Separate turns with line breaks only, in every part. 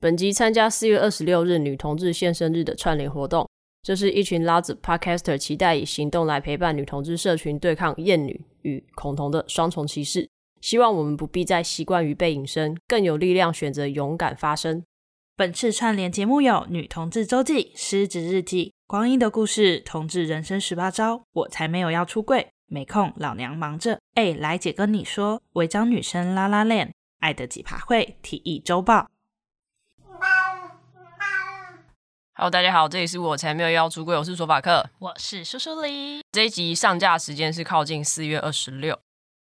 本集参加四月二十六日女同志现身日的串联活动，这是一群拉子 podcaster 期待以行动来陪伴女同志社群对抗厌女与恐同的双重歧视。希望我们不必再习惯于被隐身，更有力量选择勇敢发声。
本次串联节目有《女同志周记》《狮子日记》《光阴的故事》《同志人生十八招》，我才没有要出柜，没空，老娘忙着。哎，来姐跟你说，违章女生拉拉链，爱的几趴会体育周报。
Hello，大家好，这里是我才没有要出柜，我是索法克。
我是苏苏黎，
这一集上架时间是靠近四月二十六，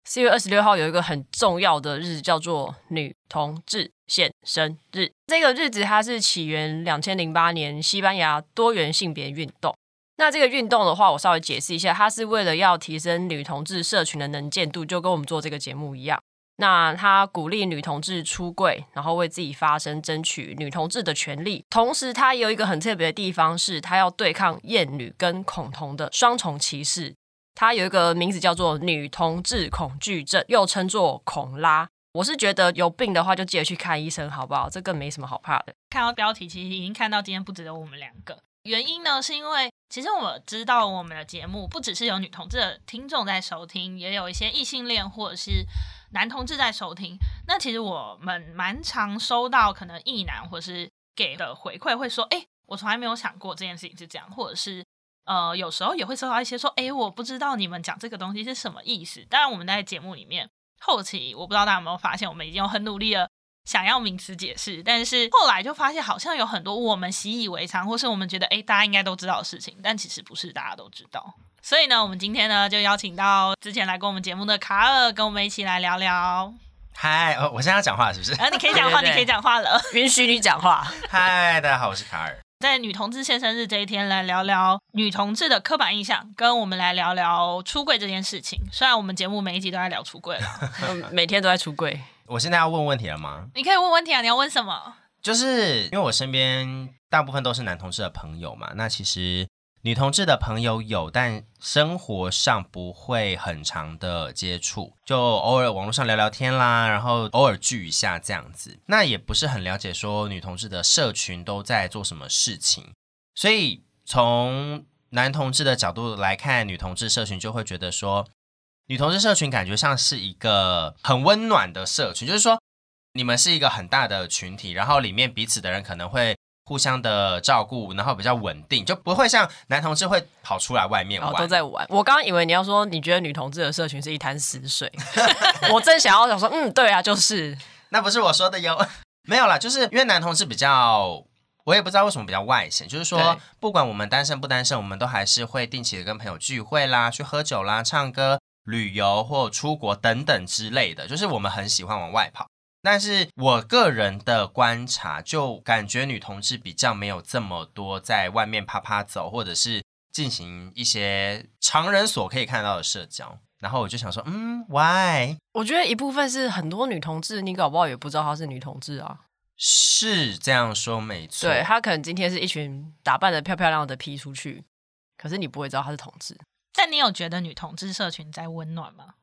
四月二十六号有一个很重要的日子，叫做女同志现身日。这个日子它是起源两千零八年西班牙多元性别运动。那这个运动的话，我稍微解释一下，它是为了要提升女同志社群的能见度，就跟我们做这个节目一样。那他鼓励女同志出柜，然后为自己发声，争取女同志的权利。同时，他也有一个很特别的地方是，他要对抗厌女跟恐同的双重歧视。它有一个名字叫做女同志恐惧症，又称作恐拉。我是觉得有病的话就记得去看医生，好不好？这更没什么好怕的。
看到标题，其实已经看到今天不只有我们两个。原因呢，是因为其实我知道我们的节目不只是有女同志的听众在收听，也有一些异性恋或者是男同志在收听。那其实我们蛮常收到可能异男或是给的回馈，会说：“哎、我从来没有想过这件事情是这样。”或者是呃，有时候也会收到一些说：“哎、我不知道你们讲这个东西是什么意思。”当然，我们在节目里面后期，我不知道大家有没有发现，我们已经有很努力的想要名词解释，但是后来就发现好像有很多我们习以为常，或是我们觉得诶大家应该都知道的事情，但其实不是大家都知道。所以呢，我们今天呢就邀请到之前来过我们节目的卡尔，跟我们一起来聊聊。
嗨，哦，我现在要讲话 了是不是？
呃，你可以讲话，
对对对
你可以讲话了。
允许你讲话，
嗨，大家好，我是卡尔。
在女同志现身日这一天，来聊聊女同志的刻板印象，跟我们来聊聊出柜这件事情。虽然我们节目每一集都在聊出柜了，
嗯每天都在出柜。
我现在要问问题了吗？
你可以问问题啊，你要问什么？
就是因为我身边大部分都是男同志的朋友嘛，那其实女同志的朋友有，但生活上不会很长的接触，就偶尔网络上聊聊天啦，然后偶尔聚一下这样子。那也不是很了解说女同志的社群都在做什么事情，所以从男同志的角度来看，女同志社群就会觉得说，女同志社群感觉像是一个很温暖的社群，就是说你们是一个很大的群体，然后里面彼此的人可能会互相的照顾，然后比较稳定，就不会像男同志会跑出来外面
然
玩，
后哦都在玩。我刚刚以为你要说，你觉得女同志的社群是一滩死水， 我正想要想说，嗯，对啊，就是
那不是我说的哟， 没有啦，就是因为男同志比较。我也不知道为什么比较外显，就是说
对，
不管我们单身不单身，我们都还是会定期的跟朋友聚会啦，去喝酒啦、唱歌、旅游或出国等等之类的，就是我们很喜欢往外跑。但是我个人的观察，就感觉女同志比较没有这么多在外面啪啪走，或者是进行一些常人所可以看到的社交。然后我就想说，嗯，why？
我觉得一部分是很多女同志，你搞不好也不知道她是女同志啊。
是这样说没错，
对她可能今天是一群打扮的漂漂亮亮的披出去，可是你不会知道她是同志。
但你有觉得女同志社群在温暖吗？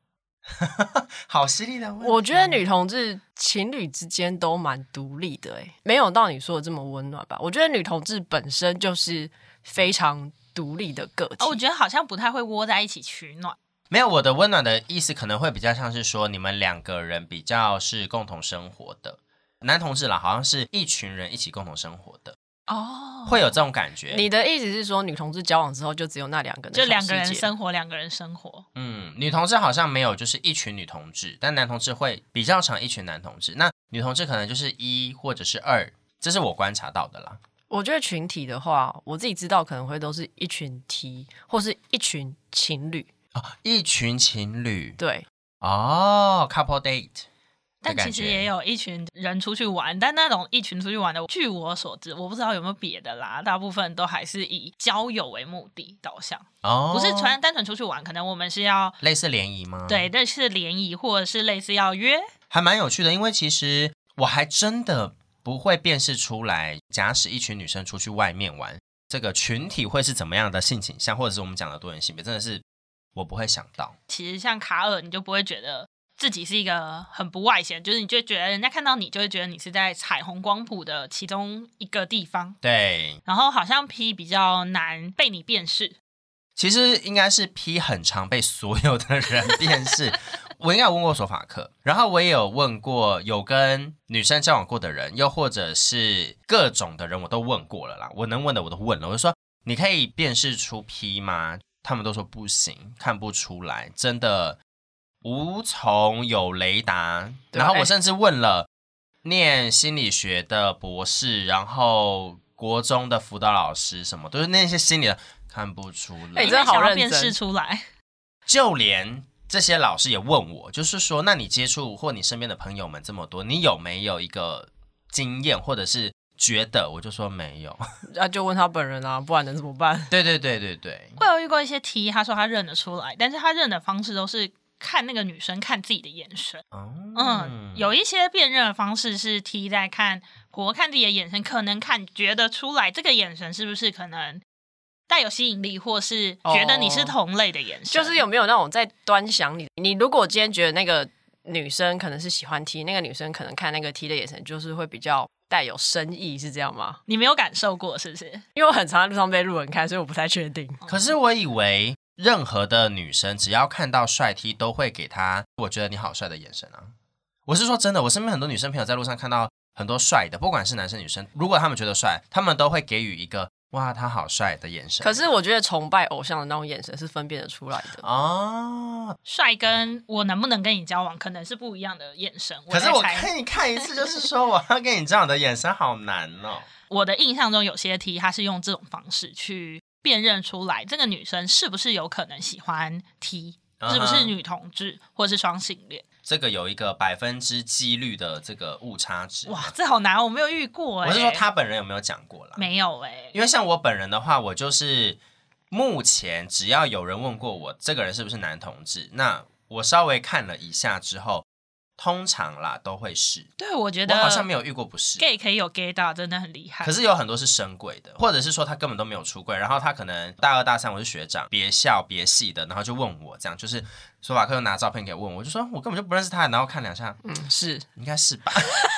好犀利的问题
我觉得女同志情侣之间都蛮独立的、欸，没有到你说的这么温暖吧？我觉得女同志本身就是非常独立的个体。
哦，我觉得好像不太会窝在一起取暖。
没有我的温暖的意思，可能会比较像是说你们两个人比较是共同生活的。男同志啦，好像是一群人一起共同生活的，
哦，
会有这种感觉。
你的意思是说，女同志交往之后就只有那两个人的
就
小世界，
两个人生活，两个人生活。
嗯，女同志好像没有，就是一群女同志，但男同志会比较常一群男同志。那女同志可能就是一或者是二，这是我观察到的啦。
我觉得群体的话，我自己知道可能会都是一群 T 或是一群情侣，
哦一群情侣
对，
哦，couple date，
但其实也
有
有一群人出去玩，但那种一群出去玩的，据我所知，我不知道有没有别的啦，大部分都还是以交友为目的导向，
哦，
不是纯单纯出去玩。可能我们是要
类似联谊吗？
嗯
对，类似联谊，或者是类似要约。
还蛮有趣的，因为其实我还真的不会辨识出来，假使一群女生出去外面玩，这个群体会是怎么样的性倾向，或者是我们讲的多元性别，真的是我不会想到。
其实像卡尔，你就不会觉得自己是一个很不外显，就是你就会觉得人家看到你就会觉得你是在彩虹光谱的其中一个地方，
对，
然后好像 P 比较难被你辨识，
其实应该是 P 很常被所有的人辨识。我应该有问过索法克，然后我也有问过有跟女生交往过的人，又或者是各种的人，我都问过了啦。我能问的我都问了，我就说你可以辨识出 P 吗？他们都说不行，看不出来，真的无从有雷达。
对
然后我甚至问了念心理学的博士，然后国中的辅导老师，什么都是那些心理的，看不出来。
哎
因为
真的好
想要
认
辨
真
识出来，
就连这些老师也问我，就是说，那你接触或你身边的朋友们这么多，你有没有一个经验或者是觉得？我就说没 有。
那、就问他本人啊，不然能怎么办？
对对对对对，
会有遇过一些 T，他说他认得出来，但是他认的方式都是看那个女生看自己的眼神。
哦，
嗯，有一些辨认的方式是 T 在看国看自己的眼神，可能看觉得出来这个眼神是不是可能带有吸引力，或是觉得你是同类的眼神，
就是有没有那种在端详你？你如果今天觉得那个女生可能是喜欢 T，那个女生可能看那个 T 的眼神就是会比较带有深意，是这样吗？
你没有感受过，是不是？嗯
因为我很常在路上被路人看，所以我不太确定。
哦可是我以为任何的女生只要看到帅 T 都会给他我觉得你好帅的眼神啊。我是说真的，我身边很多女生朋友在路上看到很多帅的，不管是男生女生，如果他们觉得帅，他们都会给予一个哇他好帅的眼神。
可是我觉得崇拜偶像的那种眼神是分辨得出来的。
哦，
帅跟我能不能跟你交往，可能是不一样的眼神。
可是
在
我
猜
看你看一次，就是说我要跟你这样的眼神好难哦。
我的印象中，有些 T 他是用这种方式去辨认出来这个女生是不是有可能喜欢 T，、
嗯哼
是不是女同志或是双性恋。
这个有一个百分之几率的这个误差值。
哇，这好难，我没有遇过、欸。
嗯我是说他本人有没有讲过啦？
没有哎、
因为像我本人的话，我就是目前只要有人问过我这个人是不是男同志，那我稍微看了一下之后，通常啦都会是。
对，我觉
我
得
好像没有遇过不是。
gay 可以有 gay 到，真的很厉害。
可是有很多是深柜的，或者是说他根本都没有出柜，然后他可能大二大三我是学长，别校别系的，然后就问我这样，就是索法克又拿照片给我问我，我就说我根本就不认识他，然后看两下，
嗯，是，
应该是吧，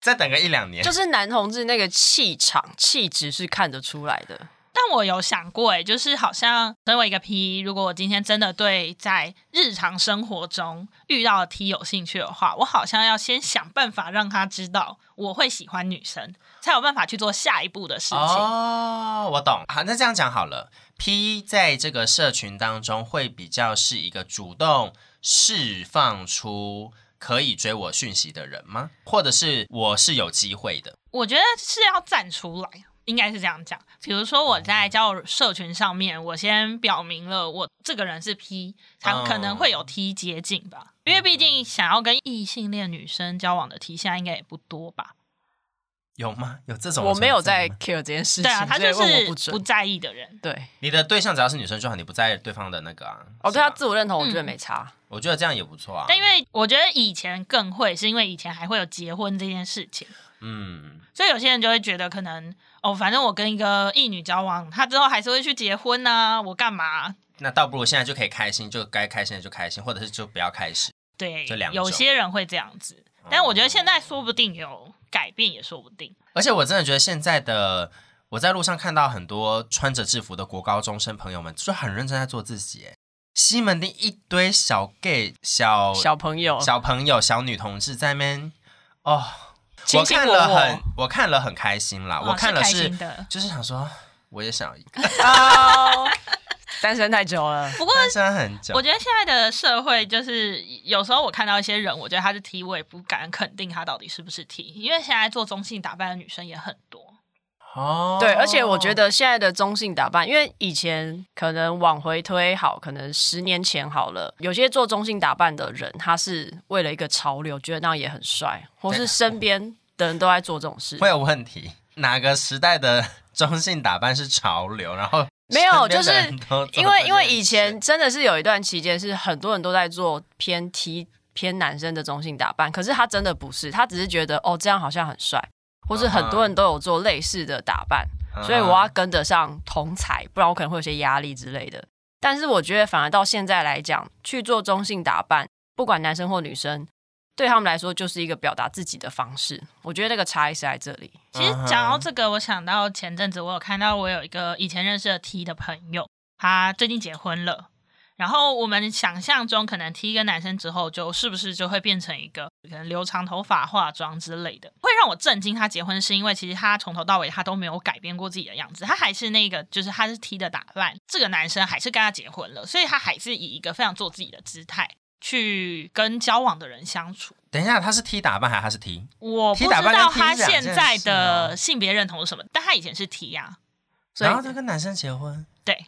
再等个一两年
就。是男同志那个气场、气质是看得出来的。
但我有想过、欸，就是好像身为一个 P，如果我今天真的对在日常生活中遇到的 T 有兴趣的话，我好像要先想办法让他知道我会喜欢女生，才有办法去做下一步的事情。
哦，我懂。好，那这样讲好了，P 在这个社群当中会比较是一个主动释放出可以追我讯息的人吗？或者是我是有机会的？
我觉得是要站出来，应该是这样讲。比如说我在交友社群上面，我先表明了我这个人是 P，才
嗯
可能会有 T 接近
嗯
吧。因为毕竟想要跟异性恋女生交往的 T，现在应该也不多吧？
有吗？有这种？
我没有在。care 嗯这件事情，
对啊，他就
所以问我
是
不
不
准。
在意的人。
对，
你的对象只要是女生就好，你不在意对方的那个啊。
哦，对他
是吧
自我认同，我觉
嗯
得没差。
我觉得这样也不错啊。
但因为我觉得以前更会，是因为以前还会有结婚这件事情，
嗯，
所以有些人就会觉得可能哦，反正我跟一个异女交往，她之后还是会去结婚呐、我干嘛？啊
那倒不如现在就可以开心，就该开心的就开心，或者是就不要开始。
对
这两，种
有些人会这样子，但我觉得现在说不定有改变，也说不定。
而且我真的觉得现在的我在路上看到很多穿着制服的国高中生朋友们，就很认真在做自己耶。西门町一堆小 gay、小
小朋友，
小朋友、小女同志在那边哦，
卿
我
卿
看
我啊
了
我
很，我看了很开心啦。
哦
我看了
是开
是
心的
就是想说，我也想要一个，
哦，单身太久了。
不过，
单身很久
我。觉得现在的社会就是有时候我看到一些人，我觉得他是 T，我也不敢肯定他到底是不是 T，因为现在做中性打扮的女生也很多。
哦，
对，而且我觉得现在的中性打扮，因为以前可能往回推好，可能十年前好了，有些做中性打扮的人，他是为了一个潮流，觉得那样也很帅，或是身边的人都在做这种事。
啊会有问题。哪个时代的 中性打扮是潮流？然后
没有
身边的
就是
人都做
因为
这
因为
件
以
事
前真的是有一段期间是很多人都在做偏 T 偏男生的中性打扮，可是他真的不是，他只是觉得哦这样好像很帅，或是很
啊
多人都有做类似的打扮，
嗯
所以我要跟得上同才，不然我可能会有些压力之类的。但是我觉得反而到现在来讲，去做中性打扮，不管男生或女生，对他们来说就是一个表达自己的方式。我觉得那个差异是在这里。
嗯
其实讲到这个，我想到前阵子我有看到我有一个以前认识的 T 的朋友，他最近结婚了。然后我们想象中可能 T 跟男生之后，就是不是就会变成一个可能留长头发、化妆之类的，会让我震惊。他结婚是因为其实他从头到尾他都没有改变过自己的样子，他还是那个就是他是 T 的打扮，这个男生还是跟他结婚了，所以他还是以一个非常做自己的姿态去跟交往的人相处。
等一下，他是 T 打扮还是他是 T？
我不
T
知
打扮
道
跟
他
T 是两
现
件
在
事哦
的
吗
性别认同是什么，但他以前是啊 T 呀、
所以
然后，他跟男生结婚，
对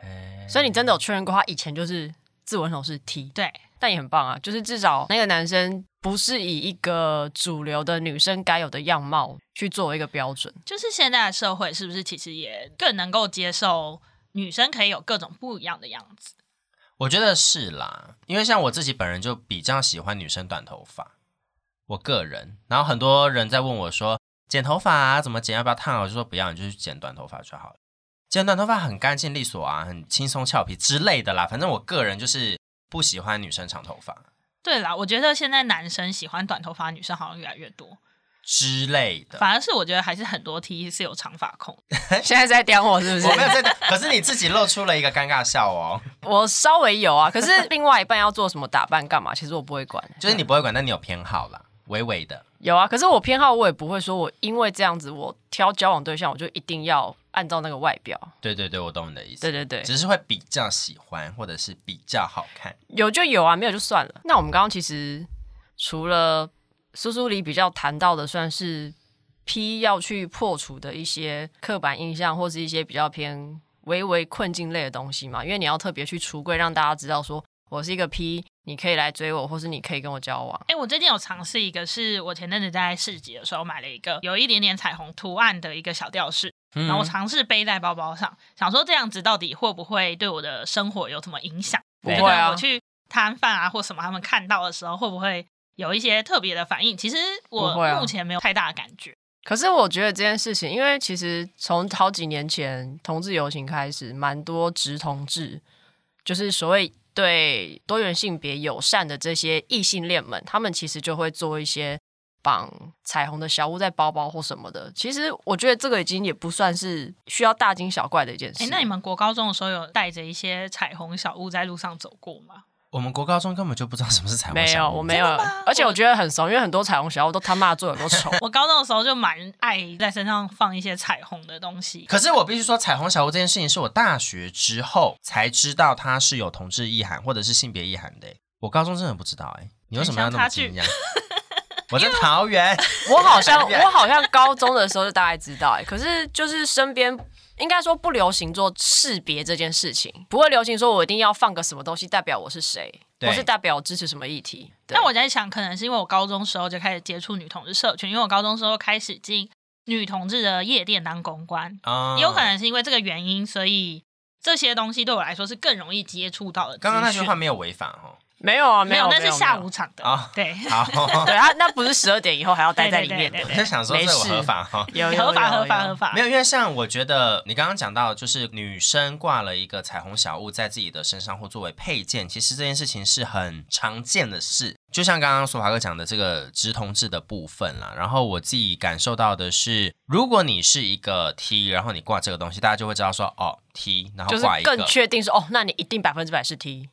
哎
所以你真的有确认过他啊以前就是自我认同是 T，
对，
但也很棒啊，就是至少那个男生不是以一个主流的女生该有的样貌去作为一个标准。
就是现在的社会是不是其实也更能够接受女生可以有各种不一样的样子？
我觉得是啦，因为像我自己本人就比较喜欢女生短头发，我个人。然后很多人在问我说剪头发、啊、怎么剪，要不要烫啊？我就说不要，你就去剪短头发就好了。剪短头发很干净利索啊，很轻松俏皮之类的啦。反正我个人就是不喜欢女生长头发
对啦，我觉得现在男生喜欢短头发的女生好像越来越多，
之类的。
反而是我觉得还是很多 T 是有长发控。
现在是在刁我是不是
我？没有在，可是你自己露出了一个尴尬笑哦，
我稍微有啊，可是另外一半要做什么打扮干嘛，其实我不会管。
就是你不会管，但你有偏好啦，微微的。
有啊，可是我偏好我也不会说，我因为这样子，我挑交往对象我就一定要按照那个外表。
对对对，我懂你的意思。
对对对，
只是会比较喜欢，或者是比较好看。
有就有啊，没有就算了。那我们刚刚其实除了苏苏里比较谈到的，算是 P 要去破除的一些刻板印象，或是一些比较偏微微困境类的东西嘛。因为你要特别去橱柜，让大家知道说我是一个 P，你可以来追我，或是你可以跟我交往。
哎、我最近有尝试一个，是我前阵子在市集的时候买了一个有一点点彩虹图案的一个小吊饰，
嗯
然后我尝试背在包包上，想说这样子到底会不会对我的生活有什么影响？
不
对
会
那
啊
我，去摊贩啊或什么，他们看到的时候会不会有一些特别的反应？其实我
不会啊
目前没有太大的感觉。
可是我觉得这件事情，因为其实从好几年前同志游行开始，蛮多直同志，就是所谓对多元性别友善的这些异性恋们，他们其实就会做一些绑彩虹的小物在包包或什么的。其实我觉得这个已经也不算是需要大惊小怪的一件事。
哎、那你们国高中的时候有带着一些彩虹小物在路上走过吗？
我们国高中根本就不知道什么是彩虹
没有，
小屋
我没有，而且我觉得很怂，因为很多彩虹小物都他妈做有多丑。
我高中的时候就蛮爱在身上放一些彩虹的东西。
可是我必须说，彩虹小屋这件事情是我大学之后才知道它是有同志意涵或者是性别意涵的欸。我高中真的不知道哎、你为什么要那么 惊讶？我在桃园，
我好 像我好像高中的时候就大概知道、欸，可是就是身边应该说不流行做识别这件事情，不会流行说我一定要放个什么东西代表我是谁，
对
或是代表我支持什么议题。对
但我在想，可能是因为我高中时候就开始接触女同志社群，因为我高中时候开始进女同志的夜店当公关，
啊
也有可。能是因为这个原因，所以这些东西对我来说是更容易接触到的。
刚刚那句话。没有违法哦。
没有啊，
没
有，
有，那
没
是
有
下。
没
午
有
场的
啊。
对，
好，
对啊，那不是十二点以后还要待在里面的
对对对对。
我就想说
没
这
事
我合法哦哈。
有
合法合法
有
合法。
没有，因为像我觉得你刚刚讲到，就是女生挂了一个彩虹小物在自己的身上或作为配件，其实这件事情是很常见的事。就像刚刚索华哥讲的这个直同志的部分啦，然后我自己感受到的是，如果你是一个 T，然后你挂这个东西，大家就会知道说哦 T，然后
就是
挂一个，
更确定说哦，那你一定百分之百是 T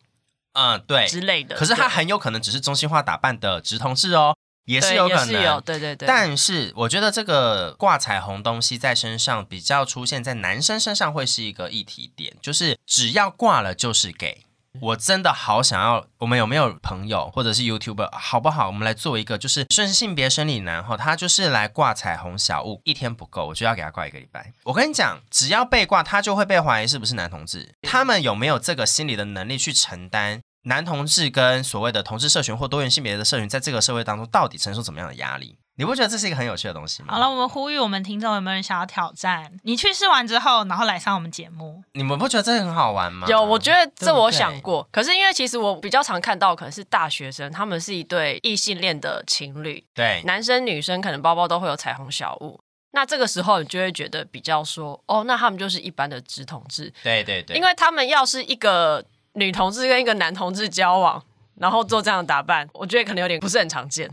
嗯对。
之类的。
可是他
对
很有可能只是中性化打扮的直同志哦，也是
对
有可
也是有，
能。
对对对。
但是我觉得这个挂彩虹东西在身上比较出现在男生身上会是一个议题点，就是只要挂了就是给。我真的好想要，我们有没有朋友或者是 YouTuber 好不好？我们来做一个，就是顺性别生理男哈，他就是来挂彩虹小物，一天不够，我就要给他挂一个礼拜。我跟你讲，只要被挂，他就会被怀疑是不是男同志。他们有没有这个心理的能力去承担男同志跟所谓的同志社群或多元性别的社群在这个社会当中到底承受怎么样的压力？你不觉得这是一个很有趣的东西吗？
好了，，我们呼吁我们听众有没有人想要挑战？你去试完之后，然后来上我们节目。
你们不觉得这很好玩吗？
有，我觉得
对
这
不
我
对
想过。可是因为其实我比较常看到，可能是大学生，他们是一对异性恋的情侣，
对，
男生女生可能包包都会有彩虹小物。那这个时候你就会觉得比较说，哦，那他们就是一般的直同志，
对对对，
因为他们要是一个女同志跟一个男同志交往，然后做这样的打扮，我觉得可能有点不是很常见。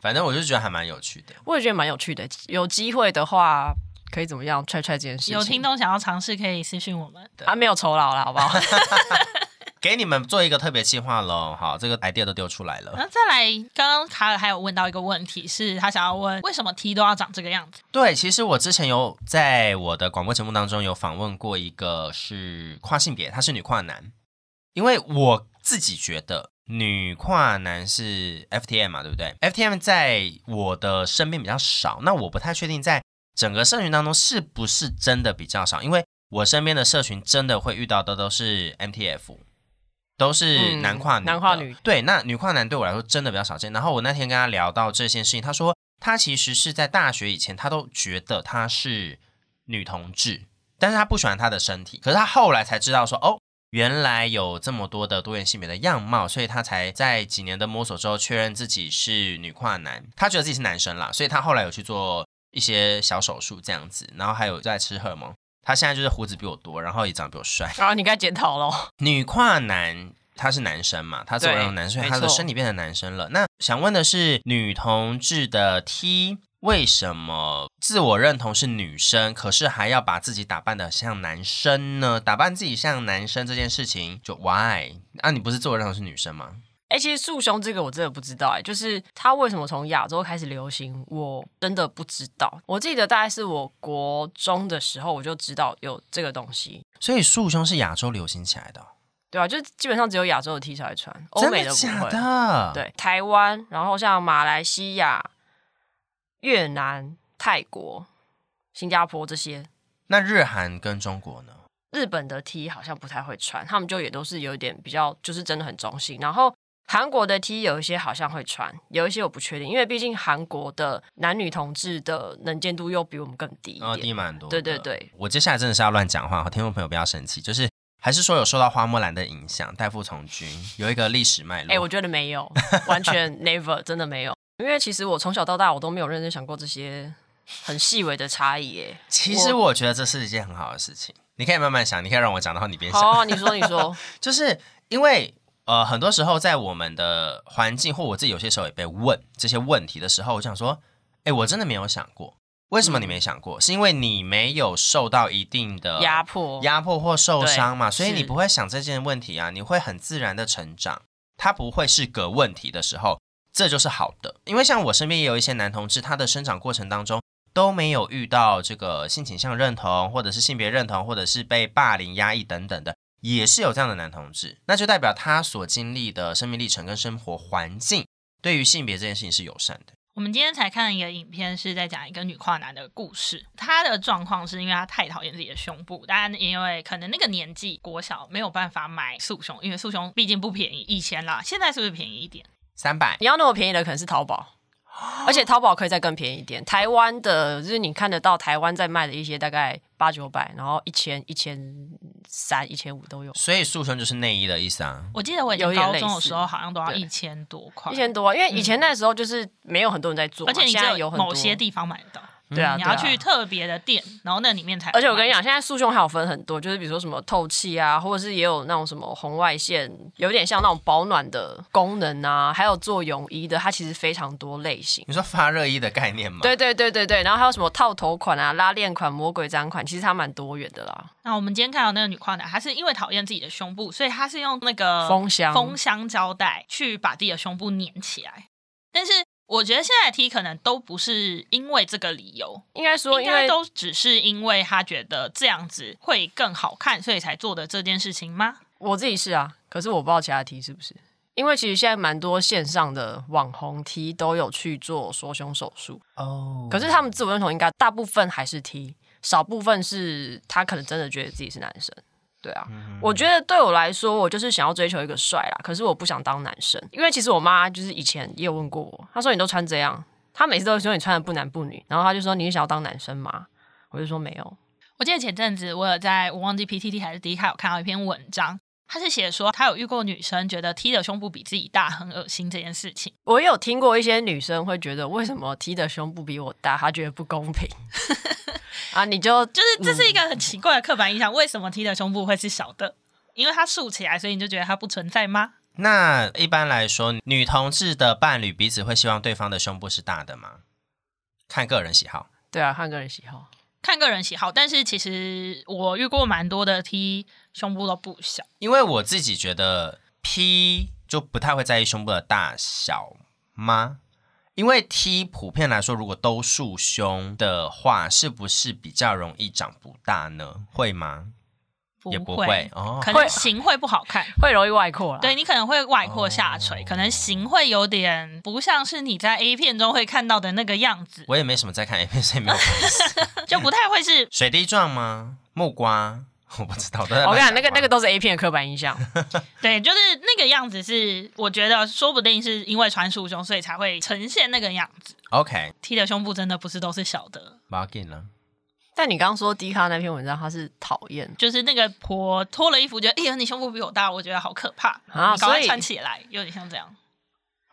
反正我就觉得还蛮有趣的。
我也觉得蛮有趣的，有机会的话可以怎么样 try try 这件事情。
有听众想要尝试，可以私讯我们。
啊？没有酬劳啦，好不好？
给你们做一个特别计划喽，好，这个 idea 都丢出来
然
了。
后再来，刚刚卡尔还有问到一个问题，是他想要问为什么 T 都要长这个样子？
对，其实我之前有在我的广播节目当中有访问过一个是跨性别，他是女跨男，因为我自己觉得女跨男是 FTM 嘛，对不对？FTM 在我的身边比较少，那我不太确定在整个社群当中是不是真的比较少，因为我身边的社群真的会遇到的都是 MTF。都是
嗯
男跨女的、
男跨女
对，那女跨男对我来说真的比较少见。然后我那天跟他聊到这件事情，他说他其实是在大学以前，他都觉得他是女同志，但是他不喜欢他的身体。可是他后来才知道说，哦，原来有这么多的多元性别的样貌，所以他才在几年的摸索之后确认自己是女跨男，他觉得自己是男生啦，所以他后来有去做一些小手术这样子，然后还有在吃荷尔蒙。他现在就是胡子比我多，然后也长得比我帅。
啊，你该检讨咯。
女跨男他是男生嘛，他作为
对
男生，
没
他的
错
身体变成男生了。那想问的是，女同志的 T 为什么自我认同是女生，可是还要把自己打扮的像男生呢？打扮自己像男生这件事情，就 why？啊，你不是自我认同是女生吗？
哎、其实束胸这个我真的不知道、哎，就是它为什么从亚洲开始流行，我真的不知道。我记得大概是我国中的时候，我就知道有这个东西，
所以束胸是亚洲流行起来的哦、
对啊，就是基本上只有亚洲的 T 才会穿，欧
真
美
的
不
假
会。
的？，
对，台湾，然后像马来西亚、越南、泰国、新加坡这些，
那日韩跟中国呢？
日本的 T 好像不太会穿，他们就也都是有点比较，就是真的很中性。然后韩国的 T 有一些好像会穿，有一些我不确定，因为毕竟韩国的男女同志的能见度又比我们更啊低一
哦，
点。
低蛮多。
对对对，
我接下来真的是要乱讲话，听众朋友不要生气，就是还是说有受到花木兰的影响，代父从军有一个历史脉络。
哎、我觉得没 有，完全 never，真的没有。因为其实我从小到大我都没有认真想过这些很细微的差异哎耶。
其实我觉得这是一件很好的事情，你可以慢慢想，你可以让我讲，然后你边想，
好、啊，你说你 说，
就是因为。呃，很多时候在我们的环境或我自己有些时候也被问这些问题的时候，我想说，哎，我真的没有想过，为什么你没想过？是因为你没有受到一定的
压迫，
压迫或受伤嘛，
对
所以你
是
不会想这件问题啊，你会很自然的成长，它不会是个问题的时候，这就是好的。因为像我身边也有一些男同志，他的生长过程当中都没有遇到这个性倾向认同，或者是性别认同，或者是被霸凌、压抑等等的，也是有这样的男同志，那就代表他所经历的生命历程跟生活环境。对于性别这件事情是友善的，
我们今天才看一个影片，是在讲一个女跨男的故事。她的状况是因为她太讨厌自己的胸部，但因为可能那个年纪国小没有办法买束胸，因为束胸毕竟不便宜。以前啦，现在是不是便宜一点？
三百
你要那么便宜的可能是淘宝，而且淘宝可以再更便宜一点。台湾的就是你看得到台湾在卖的一些大概八九百，然后一千、一千三、一千五都有，
所以束胸就是内衣的意思啊。
我记得我以
有
前
点
高
类似
中的时候好像都要
对
一千多块，
一千多、啊。因为以前那时候就是没有很多人在做嘛，
而且你
现
只
在有很多
某些。地方买得到，
对啊，
你
对啊
要去特别的店，然后那里面才有卖。
而且我跟你讲，现在束胸还有分很多，就是比如说什么透气啊，或者是也有那种什么红外线，有点像那种保暖的功能啊，还有做泳衣的，它其实非常多类型。
你说发热衣的概念吗？
对对对对对，然后还有什么套头款啊、拉链款、魔鬼毡款，其实它蛮多元的啦。
那我们今天看到那个女跨男，她是因为讨厌自己的胸部，所以她是用那个
封箱
封箱胶带去把自己的胸部粘起来。但是我觉得现在的 T 可能都不是因为这个理由，
应该说，
应
因
该
为
都只是因为她觉得这样子会更好看，所以才做的这件事情吗？
我自己是啊，可是我不知道其他 T 是不是，因为其实现在蛮多线上的网红 T 都有去做缩胸手术，
哦
可是他们自我认同应该大部分还是 T，少部分是他可能真的觉得自己是男生。对啊，我觉得对我来说，我就是想要追求一个帅啦，可是我不想当男生，因为其实我妈就是以前也有问过我，她说你都穿这样，她每次都说你穿的不男不女，然后她就说你是想要当男生吗？我就说没有，
我记得前阵子我有在我忘记 PTT 还是 D 卡有看到一篇文章，他是写说他有遇过女生觉得 T 的胸部比自己大很恶心这件事情。
我也有听过一些女生会觉得，为什么 T 的胸部比我大，她觉得不公平啊？你就
就是这
嗯
是一个很奇怪的刻板印象，为什么 T 的胸部会是小的？因为它竖起来，所以你就觉得它不存在吗？
那一般来说，女同志的伴侣彼此会希望对方的胸部是大的吗？看个人喜好。
对啊，看个人喜好。
看个人喜好，但是其实我遇过蛮多的 T 胸部都不小，
因为我自己觉得 P 就不太会在意胸部的大小吗？因为 T 普遍来说，如果都束胸的话，是不是比较容易长不大呢？会吗？
不
也不会哦。
可
会
能型会不好看。
会容易外扩啦。
对，你可能会外扩下垂，
哦
可能型会有点不像是你在 A 片中会看到的那个样子，
我也没什么在看 A 片，所以 没有关系。
就不太会是
水滴状吗？木瓜？我不知道。我都在
我跟你
乱
讲，那个
话
那个都是 A 片的刻板印象。
对，就是那个样子是，我觉得说不定是因为穿束胸，所以才会呈现那个样子。
OK，
T 的胸部真的不是都是小的，
不要紧了。
但你刚刚说迪卡那篇文章，他是讨厌
就是那个婆脱了衣服，觉得哎呀你胸部比我大，我觉得好可怕，
啊
你赶快
所以
穿起来，有点像这样。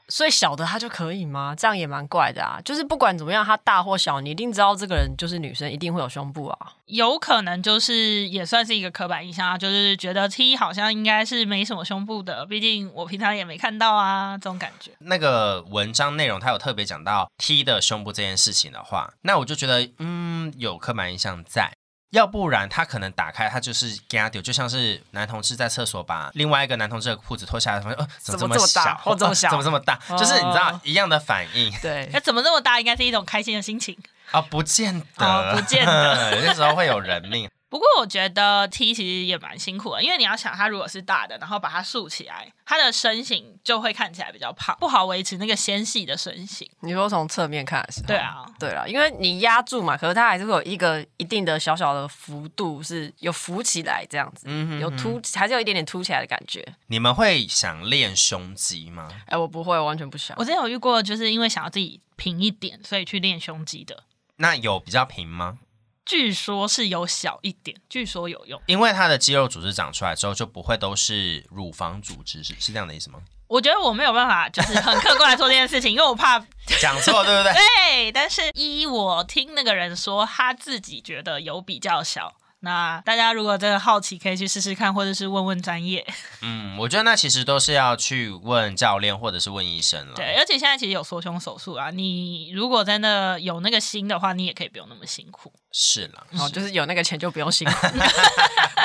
所以小的他就可以吗？这样也蛮怪的啊。就是不管怎么样，他大或小，你一定知道这个人就是女生，一定会有胸部啊。
有可能就是也算是一个刻板印象啊，就是觉得 T 好像应该是没什么胸部的，毕竟我平常也没看到啊，这种感觉。
那个文章内容，它有特别讲到 T 的胸部这件事情的话，那我就觉得，嗯，有刻板印象在，要不然他可能打开，他就是给他丢，就像是男同志在厕所把另外一个男同志的裤子脱下来，发现，呃，怎么
怎么
么
这么大
小，
或这么小
呃怎么这么大，
哦
就是你知道一样的反应
对
那，哎怎么这么大？应该是一种开心的心情。
啊，不见
哦
得，
不见得，
有些时候会有人命。
不过我觉得 T 其实也蛮辛苦的，因为你要想，它如果是大的，然后把它竖起来，它的身形就会看起来比较胖，不好维持那个纤细的身形。
你说从侧面看的时候，
对啊，
对啦，因为你压住嘛，可是它还是会有一个一定的小小的幅度，是有浮起来这样子，
嗯哼
有凸，还是有一点点凸起来的感觉。
你们会想练胸肌吗？
哎、我不会，我完全不想
我。之前有遇过，就是因为想要自己平一点，所以去练胸肌的，
那有比较平吗？
据说是有小一点，据说有用。
因为它的肌肉组织长出来之后，就不会都是乳房组织，是是这样的意思吗？
我觉得我没有办法，就是很客观来做这件事情，因为我怕
讲错对不 对？
对。但是依我听那个人说，他自己觉得有比较小。那大家如果真的好奇，可以去试试看，或者是问问专业。
嗯，我觉得那其实都是要去问教练或者是问医生了。
对，，而且现在其实有缩胸手术啊，你如果真的有那个心的话，你也可以不用那么辛苦。
是啦。
哦，就是有那个钱就不用辛苦。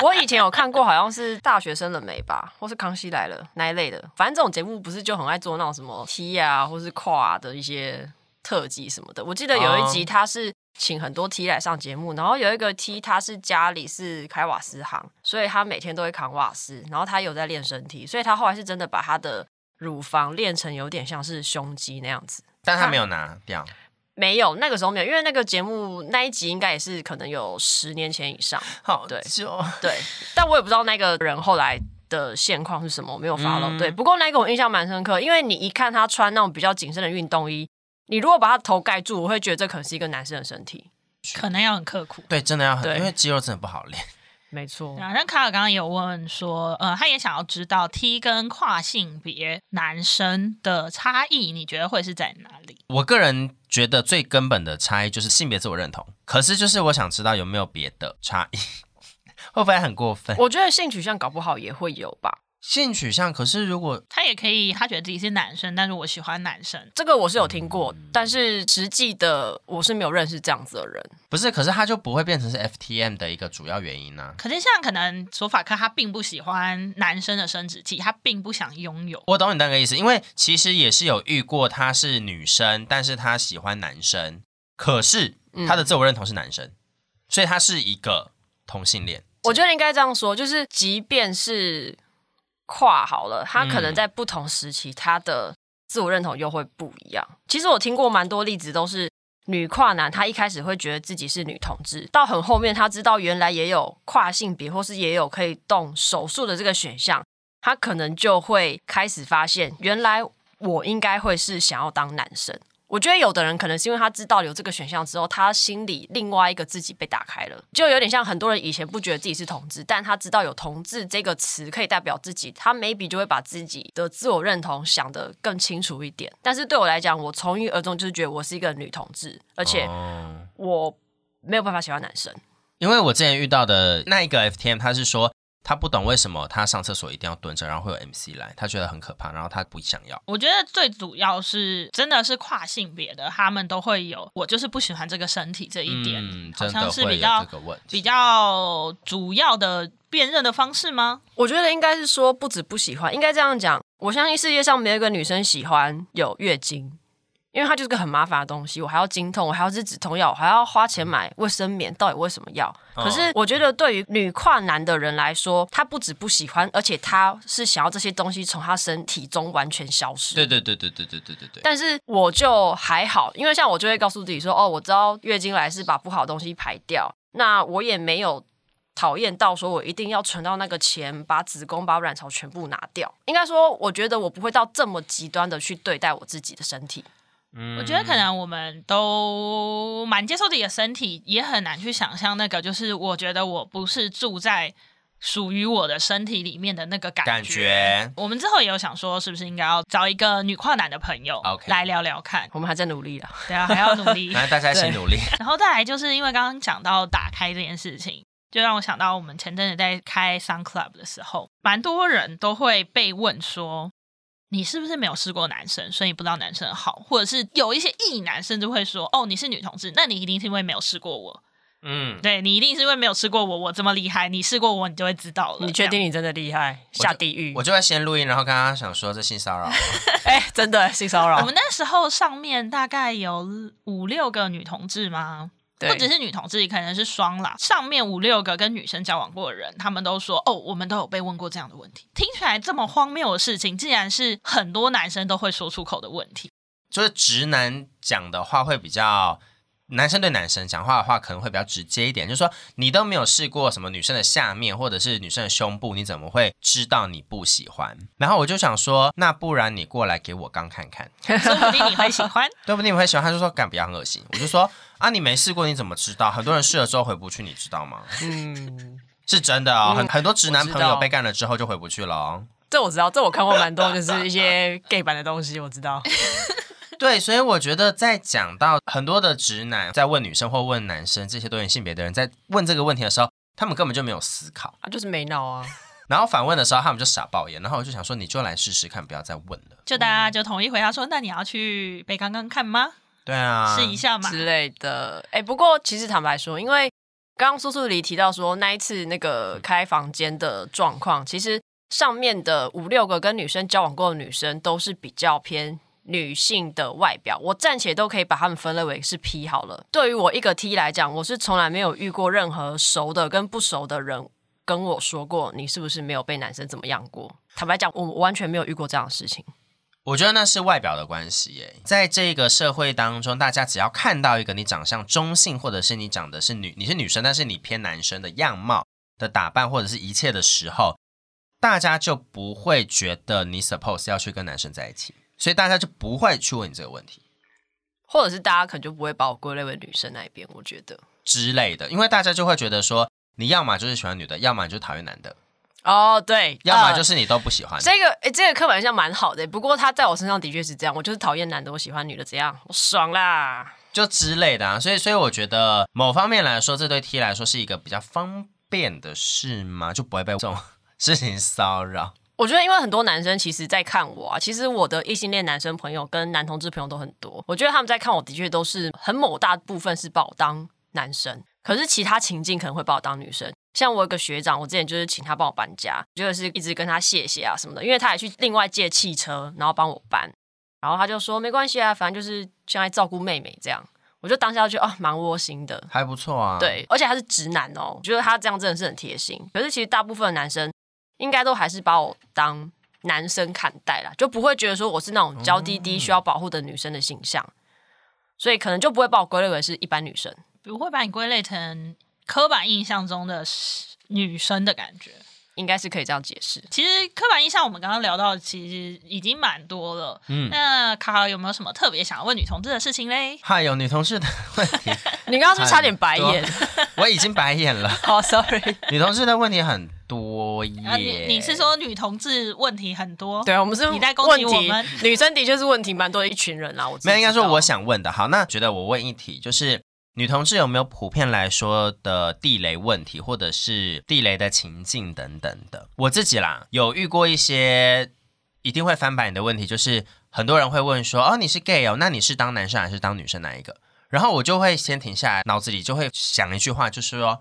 我以前有看过，好像是《大学生了没》吧，或是《康熙来了》那一类的。反正这种节目不是就很爱做那种什么 T 啊，或是跨啊的一些特技什么的。我记得有一集
哦
他是请很多 T 来上节目，然后有一个 T 他是家里是开瓦斯行，所以他每天都会扛瓦斯，然后他有在练身体，所以他后来是真的把他的乳房练成有点像是胸肌那样子。
但他没有拿掉，
没有，那个时候没有，因为那个节目那一集应该也是可能有十年前以上，
好
对
久。
对，但我也不知道那个人后来的现况是什么，我没有 follow、
嗯
对，不过那个我印象蛮深刻，因为你一看他穿那种比较紧身的运动衣，你如果把他头盖住，我会觉得这可能是一个男生的身体。
可能要很刻苦。
对，真的要
对
很，因为肌肉真的不好练。
没
嗯
错
然后像啊卡尔刚刚也有问说，呃，他也想要知道 T 跟跨性别男生的差异，你觉得会是在哪里？
我个人觉得最根本的差异就是性别自我认同，可是就是我想知道有没有别的差异， 会不会很过分？
我觉得性取向搞不好也会有吧，
性取向，可是如果
他也可以，他觉得自己是男生，但是我喜欢男生。
这个我是有听过，但是实际的我是没有认识这样子的人。
不是，可是他就不会变成是 FTM 的一个主要原因啊呢、
可是像可能索法克他并不喜欢男生的生殖器，他并不想拥有。
我懂你那个意思，因为其实也是有遇过，她是女生，但是她喜欢男生，可是
嗯
她的自我认同是男生，所以她是一个同性恋。
我觉得应该这样说，就是即便是跨好了，他可能在不同时期，他的自我认同又会不一样。其实我听过蛮多例子，都是女跨男，他一开始会觉得自己是女同志，到很后面他知道原来也有跨性别，或是也有可以动手术的这个选项，他可能就会开始发现，原来我应该会是想要当男生。我觉得有的人可能是因为他知道有这个选项之后，他心里另外一个自己被打开了，就有点像很多人以前不觉得自己是同志，但他知道有“同志”这个词可以代表自己，他 maybe 就会把自己的自我认同想得更清楚一点。但是对我来讲，我从一而终就是觉得我是一个女同志，而且
哦，
我没有办法喜欢男生。
因为我之前遇到的那一个 FTM，他是说。他不懂为什么他上厕所一定要蹲着，然后会有 MC 来，他觉得很可怕，然后他不想要。
我觉得最主要是真的是跨性别的，他们都会有我就是不喜欢这个身体这一点，
嗯，
好
真
像
的
是
会
比
有
较
这个问
比
题。
较主要的辨认的方式吗？
我觉得应该是说不止不喜欢，应该这样讲。我相信世界上没有一个女生喜欢有月经，因为它就是个很麻烦的东西。我还要经痛，我还要吃止痛药，我还要花钱买卫生棉，到底为什么要？
哦
可是我觉得对于女跨男的人来说，他不止不喜欢，而且他是想要这些东西从他身体中完全消失。
对对对对对对对对对。
但是我就还好，因为像我就会告诉自己说，哦，我知道月经来是把不好的东西排掉，那我也没有讨厌到说我一定要存到那个钱，把子宫、把卵巢全部拿掉。应该说，我觉得我不会到这么极端的去对待我自己的身体。
嗯
我觉得可能我们都蛮接受自己的身体，也很难去想象那个就是我觉得我不是住在属于我的身体里面的那个感
感觉
我们之后也有想说，是不是应该要找一个女跨男的朋友
OK
来聊聊看？
我们还在努力啦。
对啊，还要努 力。
那大家一起努力。
然后再来就是因为刚刚讲到打开这件事情，就让我想到我们前阵子在开 Sun Club 的时候，蛮多人都会被问说。你是不是没有试过男生，所以你不知道男生好，或者是有一些异男甚至会说：“哦，你是女同志，那你一定是因为没有试过我，
嗯，
对你一定是因为没有试过我，我这么厉害，你试过我，你就会知道了。”
你确定你真的厉害？下地狱
我？就会先录音，然后跟他想说这性骚扰。
哎、真的性骚
我
扰
们？那时候上面大概有五六个女同志吗？
对
不只是女同志，可能是双啦。上面五六个跟女生交往过的人，他们都说：“哦，我们都有被问过这样的问题。”听起来这么荒谬的事情，竟然是很多男生都会说出口的问题。
就是直男讲的话会比较，男生对男生讲话的话可能会比较直接一点，就是说你都没有试过什么女生的下面或者是女生的胸部，你怎么会知道你不喜欢？然后我就想说，那不然你过来给我刚看看，
说不定你会喜欢。
对不定你会喜欢。他就说干不要很恶心，我就说啊你没试过你怎么知道？很多人试了之后回不去，你知道吗？
嗯，
是真的哦，很
嗯
很多直男
我知
朋
道
友被干了之后就回不去了哦。
这我知道，这我看过蛮多，就是一些 gay 版的东西，我知道。
对，所以我觉得在讲到很多的直男在问女生或问男生这些多元性别的人在问这个问题的时候，他们根本就没有思考，
啊，就是没脑啊。
然后反问的时候他们就傻爆眼，然后我就想说你就来试试看，不要再问了。
就大家就统一回答说：“那你要去北刚刚看吗？
对啊，
试一下嘛。
之类的。哎、不过其实坦白说，因为刚刚苏苏里提到说那一次那个开房间的状况，其实上面的五六个跟女生交往过的女生都是比较偏。女性的外表，我暂且都可以把她们分类为是 P 好了。对于我一个 T 来讲，我是从来没有遇过任何熟的跟不熟的人跟我说过你是不是没有被男生怎么样过。坦白讲，我我完全没有遇过这样的事情。
我觉得那是外表的关系耶，在这个社会当中，大家只要看到一个你长相中性，或者是你长得是女，你是女生，但是你偏男生的样貌的打扮，或者是一切的时候，大家就不会觉得你 suppose 要去跟男生在一起，所以大家就不会去问你这个问题
或者是大家可能就不会把我归类为女生那一边，我觉得
之类的，因为大家就会觉得说，你要么就是喜欢女的，要么你就讨厌男的，
哦，对，
要么
呃
就是你都不喜欢。
这个诶，这个刻板印象蛮好的，不过他在我身上的确是这样，我就是讨厌男的，我喜欢女的，怎样？我爽啦！
就之类的啊。所以，所以我觉得某方面来说，这对 T 来说是一个比较方便的事嘛，就不会被这种 事情骚扰。
我觉得，因为很多男生其实在看我啊，其实我的异性恋男生朋友跟男同志朋友都很多，我觉得他们在看我的确都是很某大部分是把我当男生，可是其他情境可能会把我当女生。像我有个学长，我之前就是请他帮我搬家，就是一直跟他谢谢啊什么的，因为他也去另外借汽车，然后帮我搬，然后他就说没关系啊，反正就是像在照顾妹妹这样，我就当下就觉得哦蛮窝心的，
还不错啊。，
对，而且他是直男哦，我觉得他这样真的是很贴心。可是其实大部分的男生应该都还是把我当男生看待啦，就不会觉得说我是那种娇滴滴需要保护的女生的形象，所以可能就不会把我归类为是一般女生。
我会把你归类成刻板印象中的女生的感觉。
应该是可以这样解释，
其实刻板印象我们刚刚聊到，其实已经蛮多了。
嗯
那卡卡有没有什么特别想要问女同志的事情嘞？
还有女同事的问 题，
你刚刚是不是差点白眼？
啊我已经白眼了。
好、s o r r y
女同事的问题很多耶。
啊，你你是说女同志问题很多？
对，我啊们是
你在攻击
问题
我们
女生的确是问题蛮多的一群人啦。我自己
没有，应该
知道
说我想问的。好，那觉得我问一题，就是女同志有没有普遍来说的地雷问题，或者是地雷的情境等等的？我自己啦，有遇过一些一定会翻版的问题，就是很多人会问说：“哦，你是 gay 哦，那你是当男生还是当女生哪一个？”然后我就会先停下来，脑子里就会想一句话，就是说：“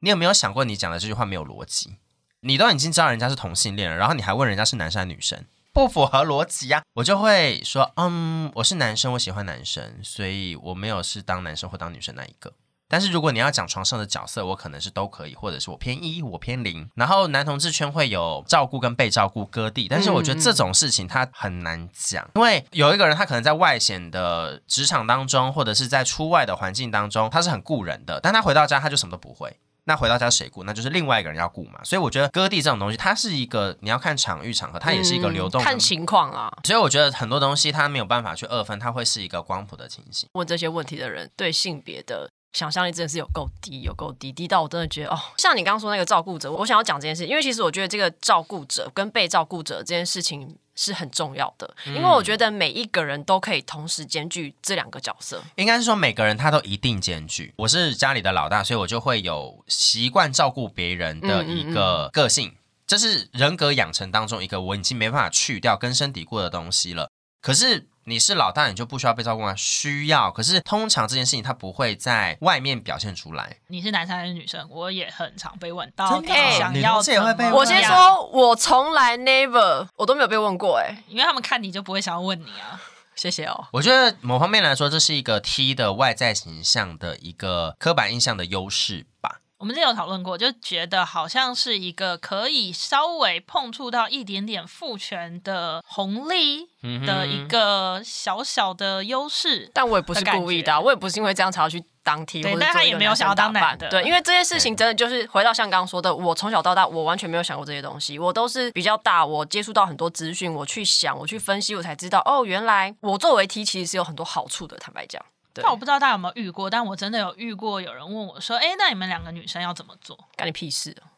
你有没有想过你讲的这句话没有逻辑？你都已经知道人家是同性恋了，然后你还问人家是男生还是女生？”不符合逻辑呀、我就会说，嗯，我是男生，我喜欢男生，所以我没有是当男生或当女生那一个。但是如果你要讲床上的角色，我可能是都可以，或者是我偏一，我偏零。然后男同志圈会有照顾跟被照顾割地，但是我觉得这种事情他很难讲，因为有一个人他可能在外显的职场当中，或者是在出外的环境当中，他是很顾人的，但他回到家他就什么都不会。那回到家谁顾？那就是另外一个人要顾嘛。所以我觉得割地这种东西，它是一个你要看场域场合，它也是一个流动
嗯
的
看情况啊。
所以我觉得很多东西它没有办法去二分，它会是一个光谱的情形。
问这些问题的人对性别的想象力真的是有够低，有够低，低到我真的觉得哦，像你刚刚说那个照顾者，我想要讲这件事，因为其实我觉得这个照顾者跟被照顾者这件事情是很重要的，因为我觉得每一个人都可以同时兼具这两个角色。
应该是说每个人他都一定兼具。我是家里的老大，所以我就会有习惯照顾别人的一个个性，这是人格养成当中一个我已经没办法去掉根深蒂固的东西了。可是你是老大，你就不需要被照顾吗？需要。可是通常这件事情它不会在外面表现出来。
你是男生还是女生？我也很常被问到，
真的啊
哎
哦
想
女
要
同志也
怎
会被
么
问啊
我先
样，
说，我从来 never 我都没有被问过、哎，
因为他们看你就不会想要问你啊。
谢谢哦。
我觉得某方面来说，这是一个 T 的外在形象的一个刻板印象的优势吧。
我们之前有讨论过，就觉得好像是一个可以稍微碰触到一点点父权的红利
嗯哼
的一个小小的优势。
但我也不是故意的啊、我也不是因为这样才要去当 T，
对
或者
但他
做一
也
个
没有
男生
想要当
打扮
男的
对，因为这件事情真的就是回到像刚刚说的，我从小到大我完全没有想过这些东西，我都是比较大，我接触到很多资讯，我去想，我去分析，我才知道哦，原来我作为 T 其实是有很多好处的，坦白讲。对
但，我不知道大家有没有遇过，但我真的有遇过有人问我说：“哎，那你们两个女生要怎么做
干你屁事哦！？”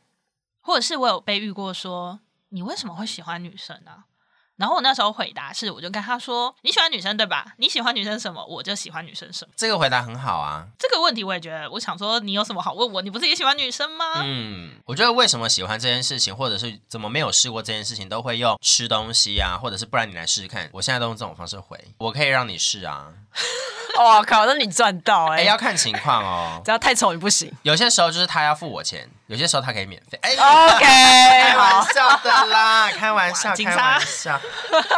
或者是我有被遇过说：“你为什么会喜欢女生啊？”然后我那时候回答是，我就跟他说：“你喜欢女生对吧？你喜欢女生什么，我就喜欢女生什么。
这个回答很好啊。”
这个问题我也觉得，我想说你有什么好问我？你不是也喜欢女生吗？
嗯，我觉得为什么喜欢这件事情，或者是怎么没有试过这件事情，都会用吃东西啊，或者是不然你来试试看。我现在都用这种方式回，我可以让你试啊。
哇哦靠，那你赚到
哎、
哎、
要看情况哦。
只要太丑你不行。
有些时候就是他要付我钱，有些时候他可以免费。哎、
OK，
开玩
好，
笑的啦，开玩笑，
哇警
开
察
玩笑，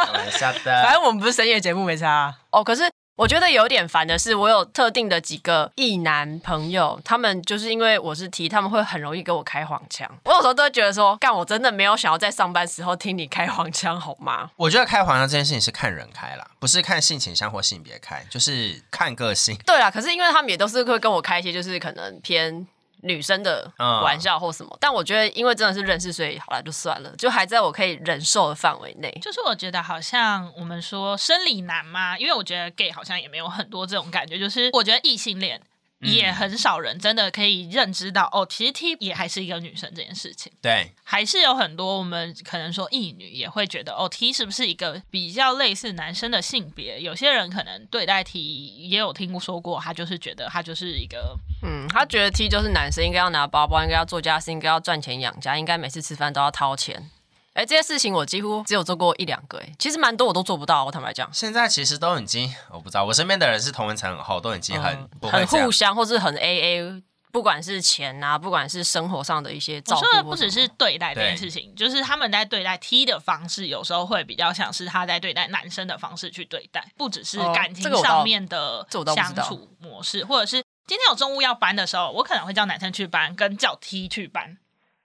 开玩 笑
反
的。
正我们不是深夜节目，没差、哦。可是我觉得有点烦的是，我有特定的几个异男朋友，他们就是因为我是 T，他们会很容易跟我开黄腔。我有时候都会觉得说，干，我真的没有想要在上班时候听你开黄腔，好吗？
我觉得开黄腔这件事情是看人开啦，不是看性倾向或性别开，就是看个性。
对啊啦，可是因为他们也都是会跟我开一些就是可能偏。女生的
嗯
玩笑或什么，但我觉得因为真的是认识，所以好了就算了，就还在我可以忍受的范围内。
就是我觉得好像我们说生理男嘛，因为我觉得 gay 好像也没有很多这种感觉，就是我觉得异性恋也很少人真的可以认知到、哦，其实 T 也还是一个女生这件事情，
对，
还是有很多我们可能说异女也会觉得哦，T 是不是一个比较类似男生的性别？有些人可能对待 T 也有听说过，他就是觉得他就是一个
嗯，他觉得 T 就是男生应该要拿包包，应该要做家事，应该要赚钱养家，应该每次吃饭都要掏钱。哎、这些事情我几乎只有做过一两个、哎，其实蛮多我都做不到。我坦白讲，
现在其实都已经，我不知道，我身边的人是同文层很厚，都已经很不
嗯
会
很
这样
互相或是很 AA，不管是钱啊，不管是生活上的一些
我
照顾
说
或什
的
么，
不只是对待这件
对
事情，就是他们在对待 T 的方式，有时候会比较像是他在对待男生的方式去对待，不只是
哦
感情
这个我倒
上面的
这我倒不知
相
道
处模式，或者是今天有中午要搬的时候，我可能会叫男生去搬，跟叫 T 去搬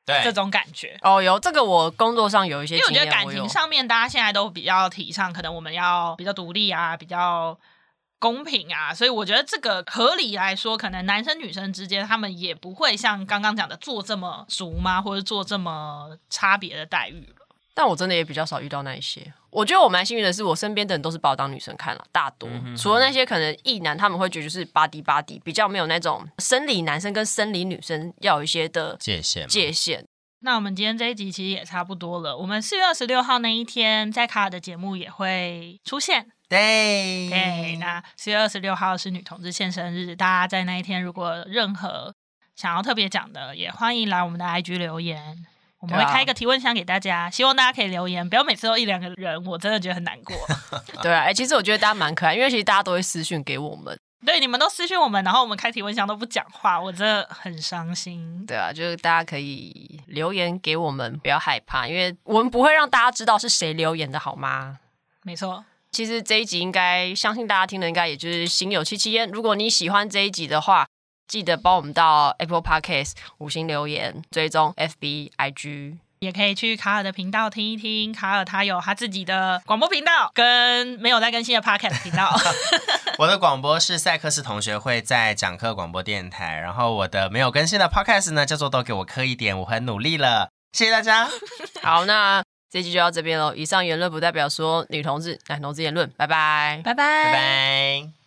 对
这种感觉。
哦，有这个我工作上有一些
因
经
为
验，
我觉得感
有
情上面，大家现在都比较提倡，可能我们要比较独立啊，比较公平啊，所以我觉得这个合理来说，可能男生女生之间他们也不会像刚刚讲的做这么足吗，或者做这么差别的待遇了。
但我真的也比较少遇到那一些。我觉得我蛮幸运的是，我身边的人都是把我当女生看了，大多、
嗯
除了那些可能异男，他们会觉得就是巴迪巴迪，比较没有那种生理男生跟生理女生要有一些的
界限嘛。
界限。
那我们今天这一集其实也差不多了，我们四月二十六号那一天在卡尔的节目也会出现。
对
对，
嗯
那四月二十六号是女同志现身日，大家在那一天如果有任何想要特别讲的，也欢迎来我们的 IG 留言。我们会
对啊
开一个提问箱给大家，希望大家可以留言，不要每次都一两个人，我真的觉得很难 过。
对啊，哎、其实我觉得大家蛮可爱，因为其实大家都会私讯给我们，
对，你们都私讯我们，然后我们开提问箱都不讲话，我真的很伤心。
对啊，就是大家可以留言给我们，不要害怕，因为我们不会让大家知道是谁留言的，好吗？
没错，
其实这一集应该相信大家听了，应该也就是心有戚戚焉。如果你喜欢这一集的话，记得帮我们到 Apple Podcast 五星留言，追踪 FB IG。
也可以去卡尔的频道听一听，卡尔他有他自己的广播频道跟没有在更新的 podcast 频道。
我的广播是赛克斯同学会在讲课广播电台，然后我的没有更新的 podcast 呢，叫做都给我磕一点，我很努力了，谢谢大家，
好，那这一集就 到这边喽。以上言论不代表说女同志、男同志言论，拜拜。
拜拜
拜拜。